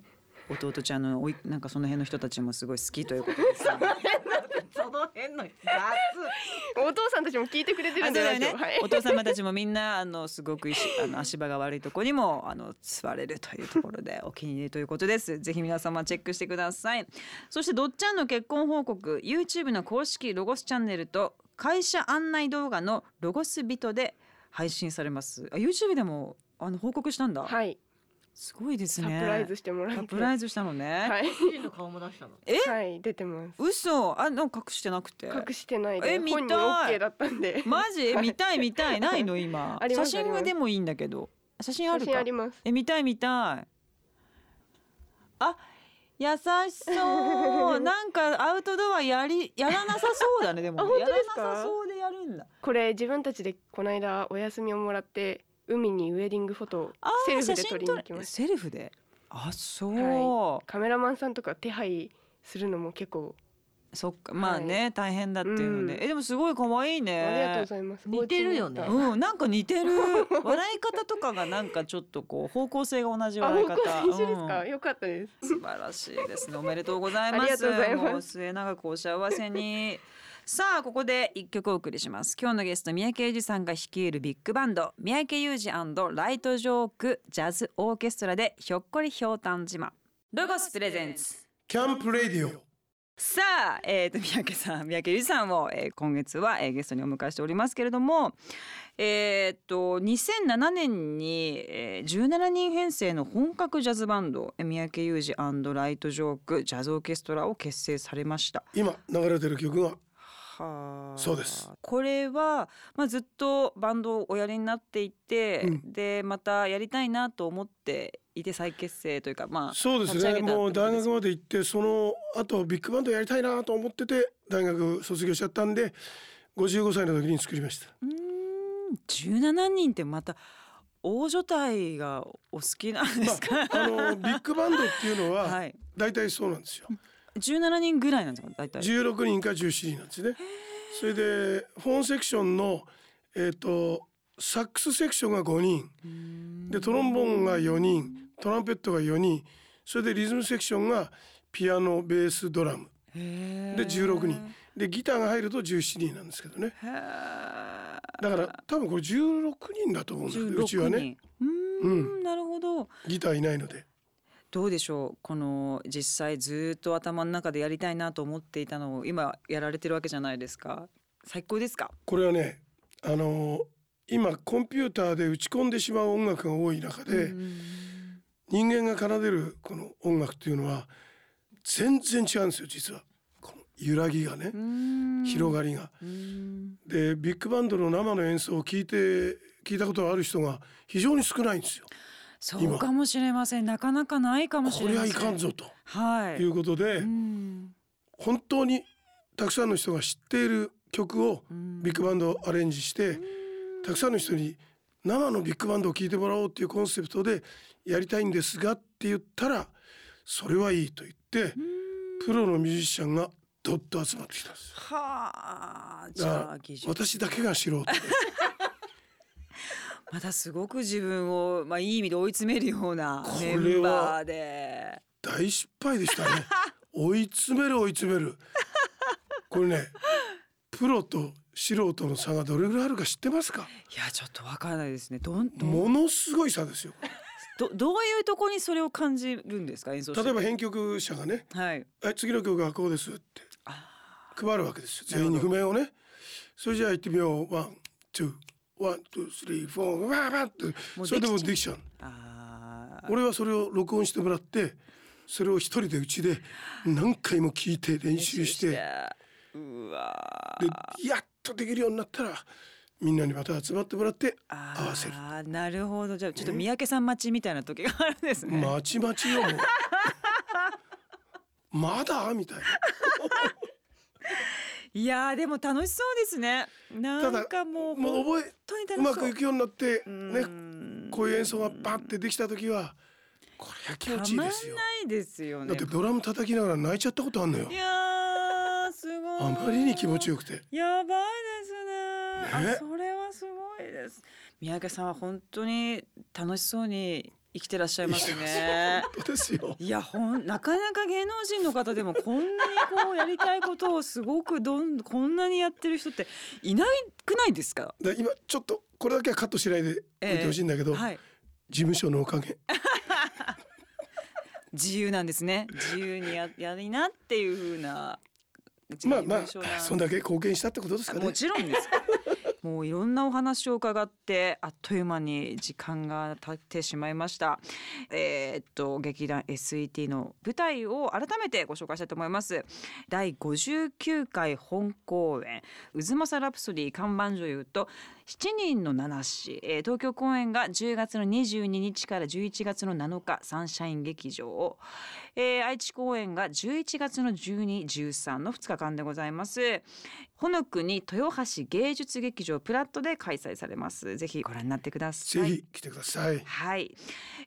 [SPEAKER 1] 弟ちゃんのおいなんかその辺の人たちもすごい好きということです、ね。
[SPEAKER 3] その辺の雑
[SPEAKER 4] お父さんたちも聞いてくれてる
[SPEAKER 1] あ
[SPEAKER 4] ん
[SPEAKER 1] そ
[SPEAKER 4] で
[SPEAKER 1] うだ
[SPEAKER 4] ラ
[SPEAKER 1] よ
[SPEAKER 4] ジオ
[SPEAKER 1] ね
[SPEAKER 4] はい
[SPEAKER 1] お父様たちもみんな あのすごく石あの足場が悪いとこにもあの座れるというところ でお気に入りということですぜひ皆様チェックしてくださいそしてどっちゃんの結婚報告 YouTube の公式ロゴスチャンネルと会社案内動画のロゴスビトで配信されますあ YouTube でもあの報告したんだ、
[SPEAKER 4] はい
[SPEAKER 1] すごいです
[SPEAKER 4] サプ
[SPEAKER 1] ね
[SPEAKER 4] ライズしてもらって
[SPEAKER 1] サプライズしたのね、
[SPEAKER 4] はい
[SPEAKER 3] 誌の顔も出したの
[SPEAKER 4] はい出てます
[SPEAKER 1] 嘘あなんか隠してなくて
[SPEAKER 4] 隠してないで
[SPEAKER 1] え
[SPEAKER 4] 本
[SPEAKER 1] 見たい
[SPEAKER 4] 人 OK だったんで
[SPEAKER 1] マジ見たい見たいないの今
[SPEAKER 4] あり
[SPEAKER 1] 写
[SPEAKER 4] ます
[SPEAKER 1] 真はでもいいんだけど写真ある
[SPEAKER 4] 写真
[SPEAKER 1] か
[SPEAKER 4] あります
[SPEAKER 1] え見たい見たいあ優しそう なんかアウトドアやりやらなさそうだねでも
[SPEAKER 4] あ本当ですか
[SPEAKER 1] やらなさそうでやるんだ
[SPEAKER 4] これ自分たちでこの間お休みをもらって海にウェディングフォトを
[SPEAKER 1] あー
[SPEAKER 4] セルフ
[SPEAKER 1] 写
[SPEAKER 4] で
[SPEAKER 1] 真
[SPEAKER 4] 撮りに行きまし
[SPEAKER 1] セルフであそう、
[SPEAKER 4] はたカメラマンさんとか手配するのも結構
[SPEAKER 1] そっかまあね、大変だっていうので、
[SPEAKER 4] うん
[SPEAKER 1] えでもすごい可愛いね
[SPEAKER 4] ありがとうございます
[SPEAKER 3] 似てるよね
[SPEAKER 4] お家に行っ
[SPEAKER 1] うん、なんか似 てる笑い方とかがなんかちょっとこう方向性が同じ
[SPEAKER 4] たあ
[SPEAKER 1] 笑い
[SPEAKER 4] 方
[SPEAKER 1] 方
[SPEAKER 4] 向性一緒ですか
[SPEAKER 1] うん
[SPEAKER 4] よかったです
[SPEAKER 1] 素晴らしいですね。おめでとうございます。
[SPEAKER 4] ありがとうございます
[SPEAKER 1] もう末永くお幸せに。 さあここで一曲お送りします今日のゲスト三宅裕二さんが率いるビッグバンド三宅裕二ライトジョークジャズオーケストラでひょっこりひょうたん島ロゴスプレゼンツ
[SPEAKER 2] キャンプレディオ
[SPEAKER 1] さあ、えー、と三宅さん三宅裕二さんを、えー今月は、えーゲストにお迎えしておりますけれども、えー、と2007年に、えー17人編成の本格ジャズバンドえー三宅裕二ライトジョークジャズオーケストラを結成されました。
[SPEAKER 2] 今流れてる曲が
[SPEAKER 1] はあ
[SPEAKER 2] そうです
[SPEAKER 1] これは、まあ、ずっとバンドをおやりになっていて、
[SPEAKER 2] うん
[SPEAKER 1] でまたやりたいなと思っていて再結成というかまあ
[SPEAKER 2] そうです
[SPEAKER 1] 立ち上
[SPEAKER 2] ね
[SPEAKER 1] げたって
[SPEAKER 2] も
[SPEAKER 1] こ
[SPEAKER 2] う
[SPEAKER 1] と
[SPEAKER 2] 大
[SPEAKER 1] です
[SPEAKER 2] 学まで行ってその後ビッグバンドやりたいなと思ってて大学卒業しちゃったんで55歳の時に作りました
[SPEAKER 1] うーん17人ってまた大所帯がお好きなんですか、
[SPEAKER 2] あのビッグバンドっていうのは
[SPEAKER 1] はい
[SPEAKER 2] 大体そうなんですよ、
[SPEAKER 1] 17人ぐらいなんですか大体
[SPEAKER 2] 16人か17人なんですねそれで本セクションのえっ、とサックスセクションが5人でトロンボーンが4人トランペットが4人それでリズムセクションがピアノベースドラム
[SPEAKER 1] で
[SPEAKER 2] で16人でギターが入ると17人なんですけどねだから多分これ16人だと思うんですけどうちは
[SPEAKER 1] 16
[SPEAKER 2] ね
[SPEAKER 1] 人うーんなるほど
[SPEAKER 2] ギターいないので
[SPEAKER 1] どうでしょうこの実際ずっと頭の中でやりたいなと思っていたのを今やられてるわけじゃないですか最高ですか
[SPEAKER 2] これはねあのー今コンピューターで打ち込んでしまう音楽が多い中で、
[SPEAKER 1] うん
[SPEAKER 2] 人間が奏でるこの音楽っていうのは全然違うんですよ実はこの揺らぎがね
[SPEAKER 1] うーん
[SPEAKER 2] 広がりが。
[SPEAKER 1] うーん
[SPEAKER 2] でビッグバンドの生の演奏を聞いて聞いたことがある人が非常に少ないんですよ。
[SPEAKER 1] そうかもしれませんなかなかないかもし
[SPEAKER 2] こ
[SPEAKER 1] れ
[SPEAKER 2] れ
[SPEAKER 1] ま
[SPEAKER 2] は
[SPEAKER 1] せん
[SPEAKER 2] いかんぞと
[SPEAKER 1] はい
[SPEAKER 2] いうことで
[SPEAKER 1] うん
[SPEAKER 2] 本当にたくさんの人が知っている曲を
[SPEAKER 1] うん
[SPEAKER 2] ビッグバンドをアレンジしてたくさんの人に生のビッグバンドを聴いてもらおうっていうコンセプトでやりたいんですがって言ったらそれはいいと言ってプロのミュージシャンがどっと集まってきたんですよ
[SPEAKER 1] はあじ
[SPEAKER 2] だか
[SPEAKER 1] ゃあ
[SPEAKER 2] ら
[SPEAKER 1] 技術
[SPEAKER 2] 私だけが素人で
[SPEAKER 1] またすごく自分を、まあ、いい意味で追い詰めるような
[SPEAKER 2] こ
[SPEAKER 1] メ
[SPEAKER 2] れは
[SPEAKER 1] ンバーで
[SPEAKER 2] 大失敗でしたね追い詰める追い詰めるこれねプロと素人の差がどれぐらいあるか知ってますか
[SPEAKER 1] いやちょっとわからないですねどんどん
[SPEAKER 2] ものすごい差ですよ
[SPEAKER 1] どどういうとこにそれを感じるんですか演奏して
[SPEAKER 2] 例えば編曲者がね
[SPEAKER 1] はい
[SPEAKER 2] 「はい次の曲はこうです」って配るわけですよ全員に譜面をねそれじゃあ行ってみようワンツーワンツースリーフォーワンワンって
[SPEAKER 1] もうできちゃう
[SPEAKER 2] それでもできちゃう
[SPEAKER 1] あー
[SPEAKER 2] 俺はそれを録音してもらってそれを一人でうちで何回も聞いて練習して
[SPEAKER 1] 練うわー
[SPEAKER 2] でやっとできるようになったらみんなにまた集まってもらって合わせる
[SPEAKER 1] あーなるほどじゃあちょっと三宅さん待ちみたいな時があるんですね、
[SPEAKER 2] まちまちよ もうまだみたい ない
[SPEAKER 1] やーでも楽しそうですねなんかもう
[SPEAKER 2] もう
[SPEAKER 1] 本
[SPEAKER 2] 覚
[SPEAKER 1] 当に
[SPEAKER 2] え
[SPEAKER 1] 楽しそう
[SPEAKER 2] うまくいくようになってね
[SPEAKER 1] ね
[SPEAKER 2] こういう演奏がバッてできた時はこれは気
[SPEAKER 1] たま
[SPEAKER 2] 持ちい
[SPEAKER 1] ん
[SPEAKER 2] い
[SPEAKER 1] な
[SPEAKER 2] ですよ。
[SPEAKER 1] いですよ
[SPEAKER 2] だっ
[SPEAKER 1] ね
[SPEAKER 2] てドラム叩きながら泣いちゃったことあんのよ
[SPEAKER 1] い。やーすごい
[SPEAKER 2] あまりに気持ちよくて。
[SPEAKER 1] やばいですね
[SPEAKER 2] ね
[SPEAKER 1] あそれはすごいです三宅さんは本当に楽しそうに生きてらっしゃいます
[SPEAKER 2] 生きて
[SPEAKER 1] ね
[SPEAKER 2] 本当ですよ。
[SPEAKER 1] いやほんなかなか芸能人の方でもこんなにこうやりたいことをすごくどんこんなにやってる人っていなくないですか。
[SPEAKER 2] で今ちょっとこれだけはカットしないでおいてほしいんだけど、
[SPEAKER 1] はい。
[SPEAKER 2] 事務所のおかげ。
[SPEAKER 1] 自由なんですね。自由にややりなっていう風な。
[SPEAKER 2] まあま
[SPEAKER 1] 自由な
[SPEAKER 2] あそんだけ貢献したってことですかね
[SPEAKER 1] も。ちろんです。もういろんなお話を伺ってあっという間に時間が経ってしまいました。えーっと劇団 SET の舞台を改めてご紹介したいと思います。第59回本公演「渦政ラプソディ看板女優」と「7人の七子」えー東京公演が10月の22日から11月の7日サンシャイン劇場、えー愛知公演が11月の1213の2日間でございます。本の国豊橋芸術劇場プラットで開催されます。ぜひご覧になってください。
[SPEAKER 2] ぜひ来てください。
[SPEAKER 1] はい、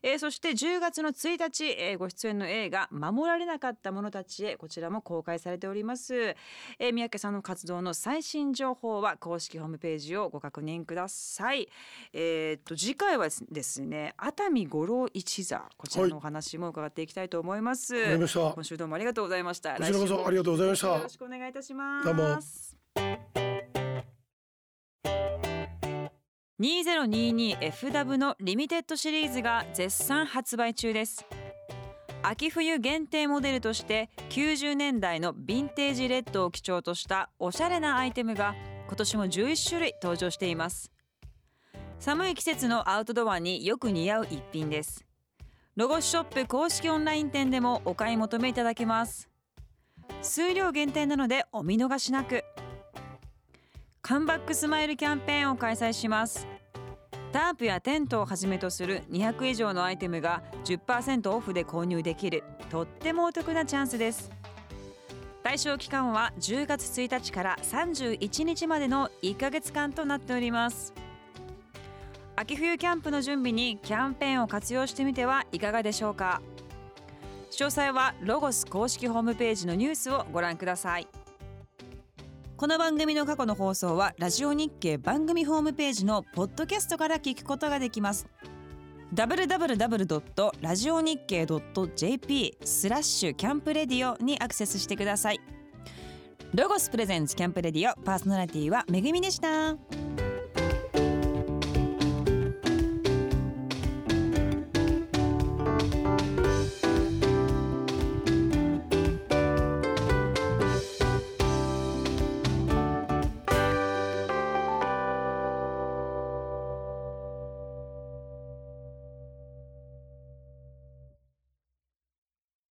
[SPEAKER 1] えーそして10月の1日、えーご出演の映画「守られなかった者たちへ」こちらも公開されております、えー三宅さんの活動の最新情報は公式ホームページをご確認ください、えーっと次回はですね熱海五郎一座こちらのお話も伺っていきたいと思います、
[SPEAKER 2] わかりました。こ
[SPEAKER 1] 今週どうもありがとうございました
[SPEAKER 2] ちら
[SPEAKER 1] 来
[SPEAKER 2] こ
[SPEAKER 1] 週も
[SPEAKER 2] そありがとうございました
[SPEAKER 1] よ。ろしくお願いいたします。
[SPEAKER 2] どうも
[SPEAKER 1] 2022 FW のリミテッドシリーズが絶賛発売中です。秋冬限定モデルとして90年代のヴィンテージレッドを基調としたおしゃれなアイテムが今年も11種類登場しています。寒い季節のアウトドアによく似合う一品です。ロゴスショップ公式オンライン店でもお買い求めいただけます。数量限定なのでお見逃しなくカムバックスマイルキャンペーンを開催しますタープやテントをはじめとする200以上のアイテムが10%オフで購入できるとってもお得なチャンスです対象期間は10月1日から31日までの1ヶ月間となっております秋冬キャンプの準備にキャンペーンを活用してみてはいかがでしょうか詳細はロゴス公式ホームページのニュースをご覧くださいこの番組の過去の放送はラジオ日経番組ホームページのポッドキャストから聞くことができます www.radionickei.jp スラッシュキャンプレディオにアクセスしてくださいロゴスプレゼンツキャンプレディオパーソナリティはめぐみでした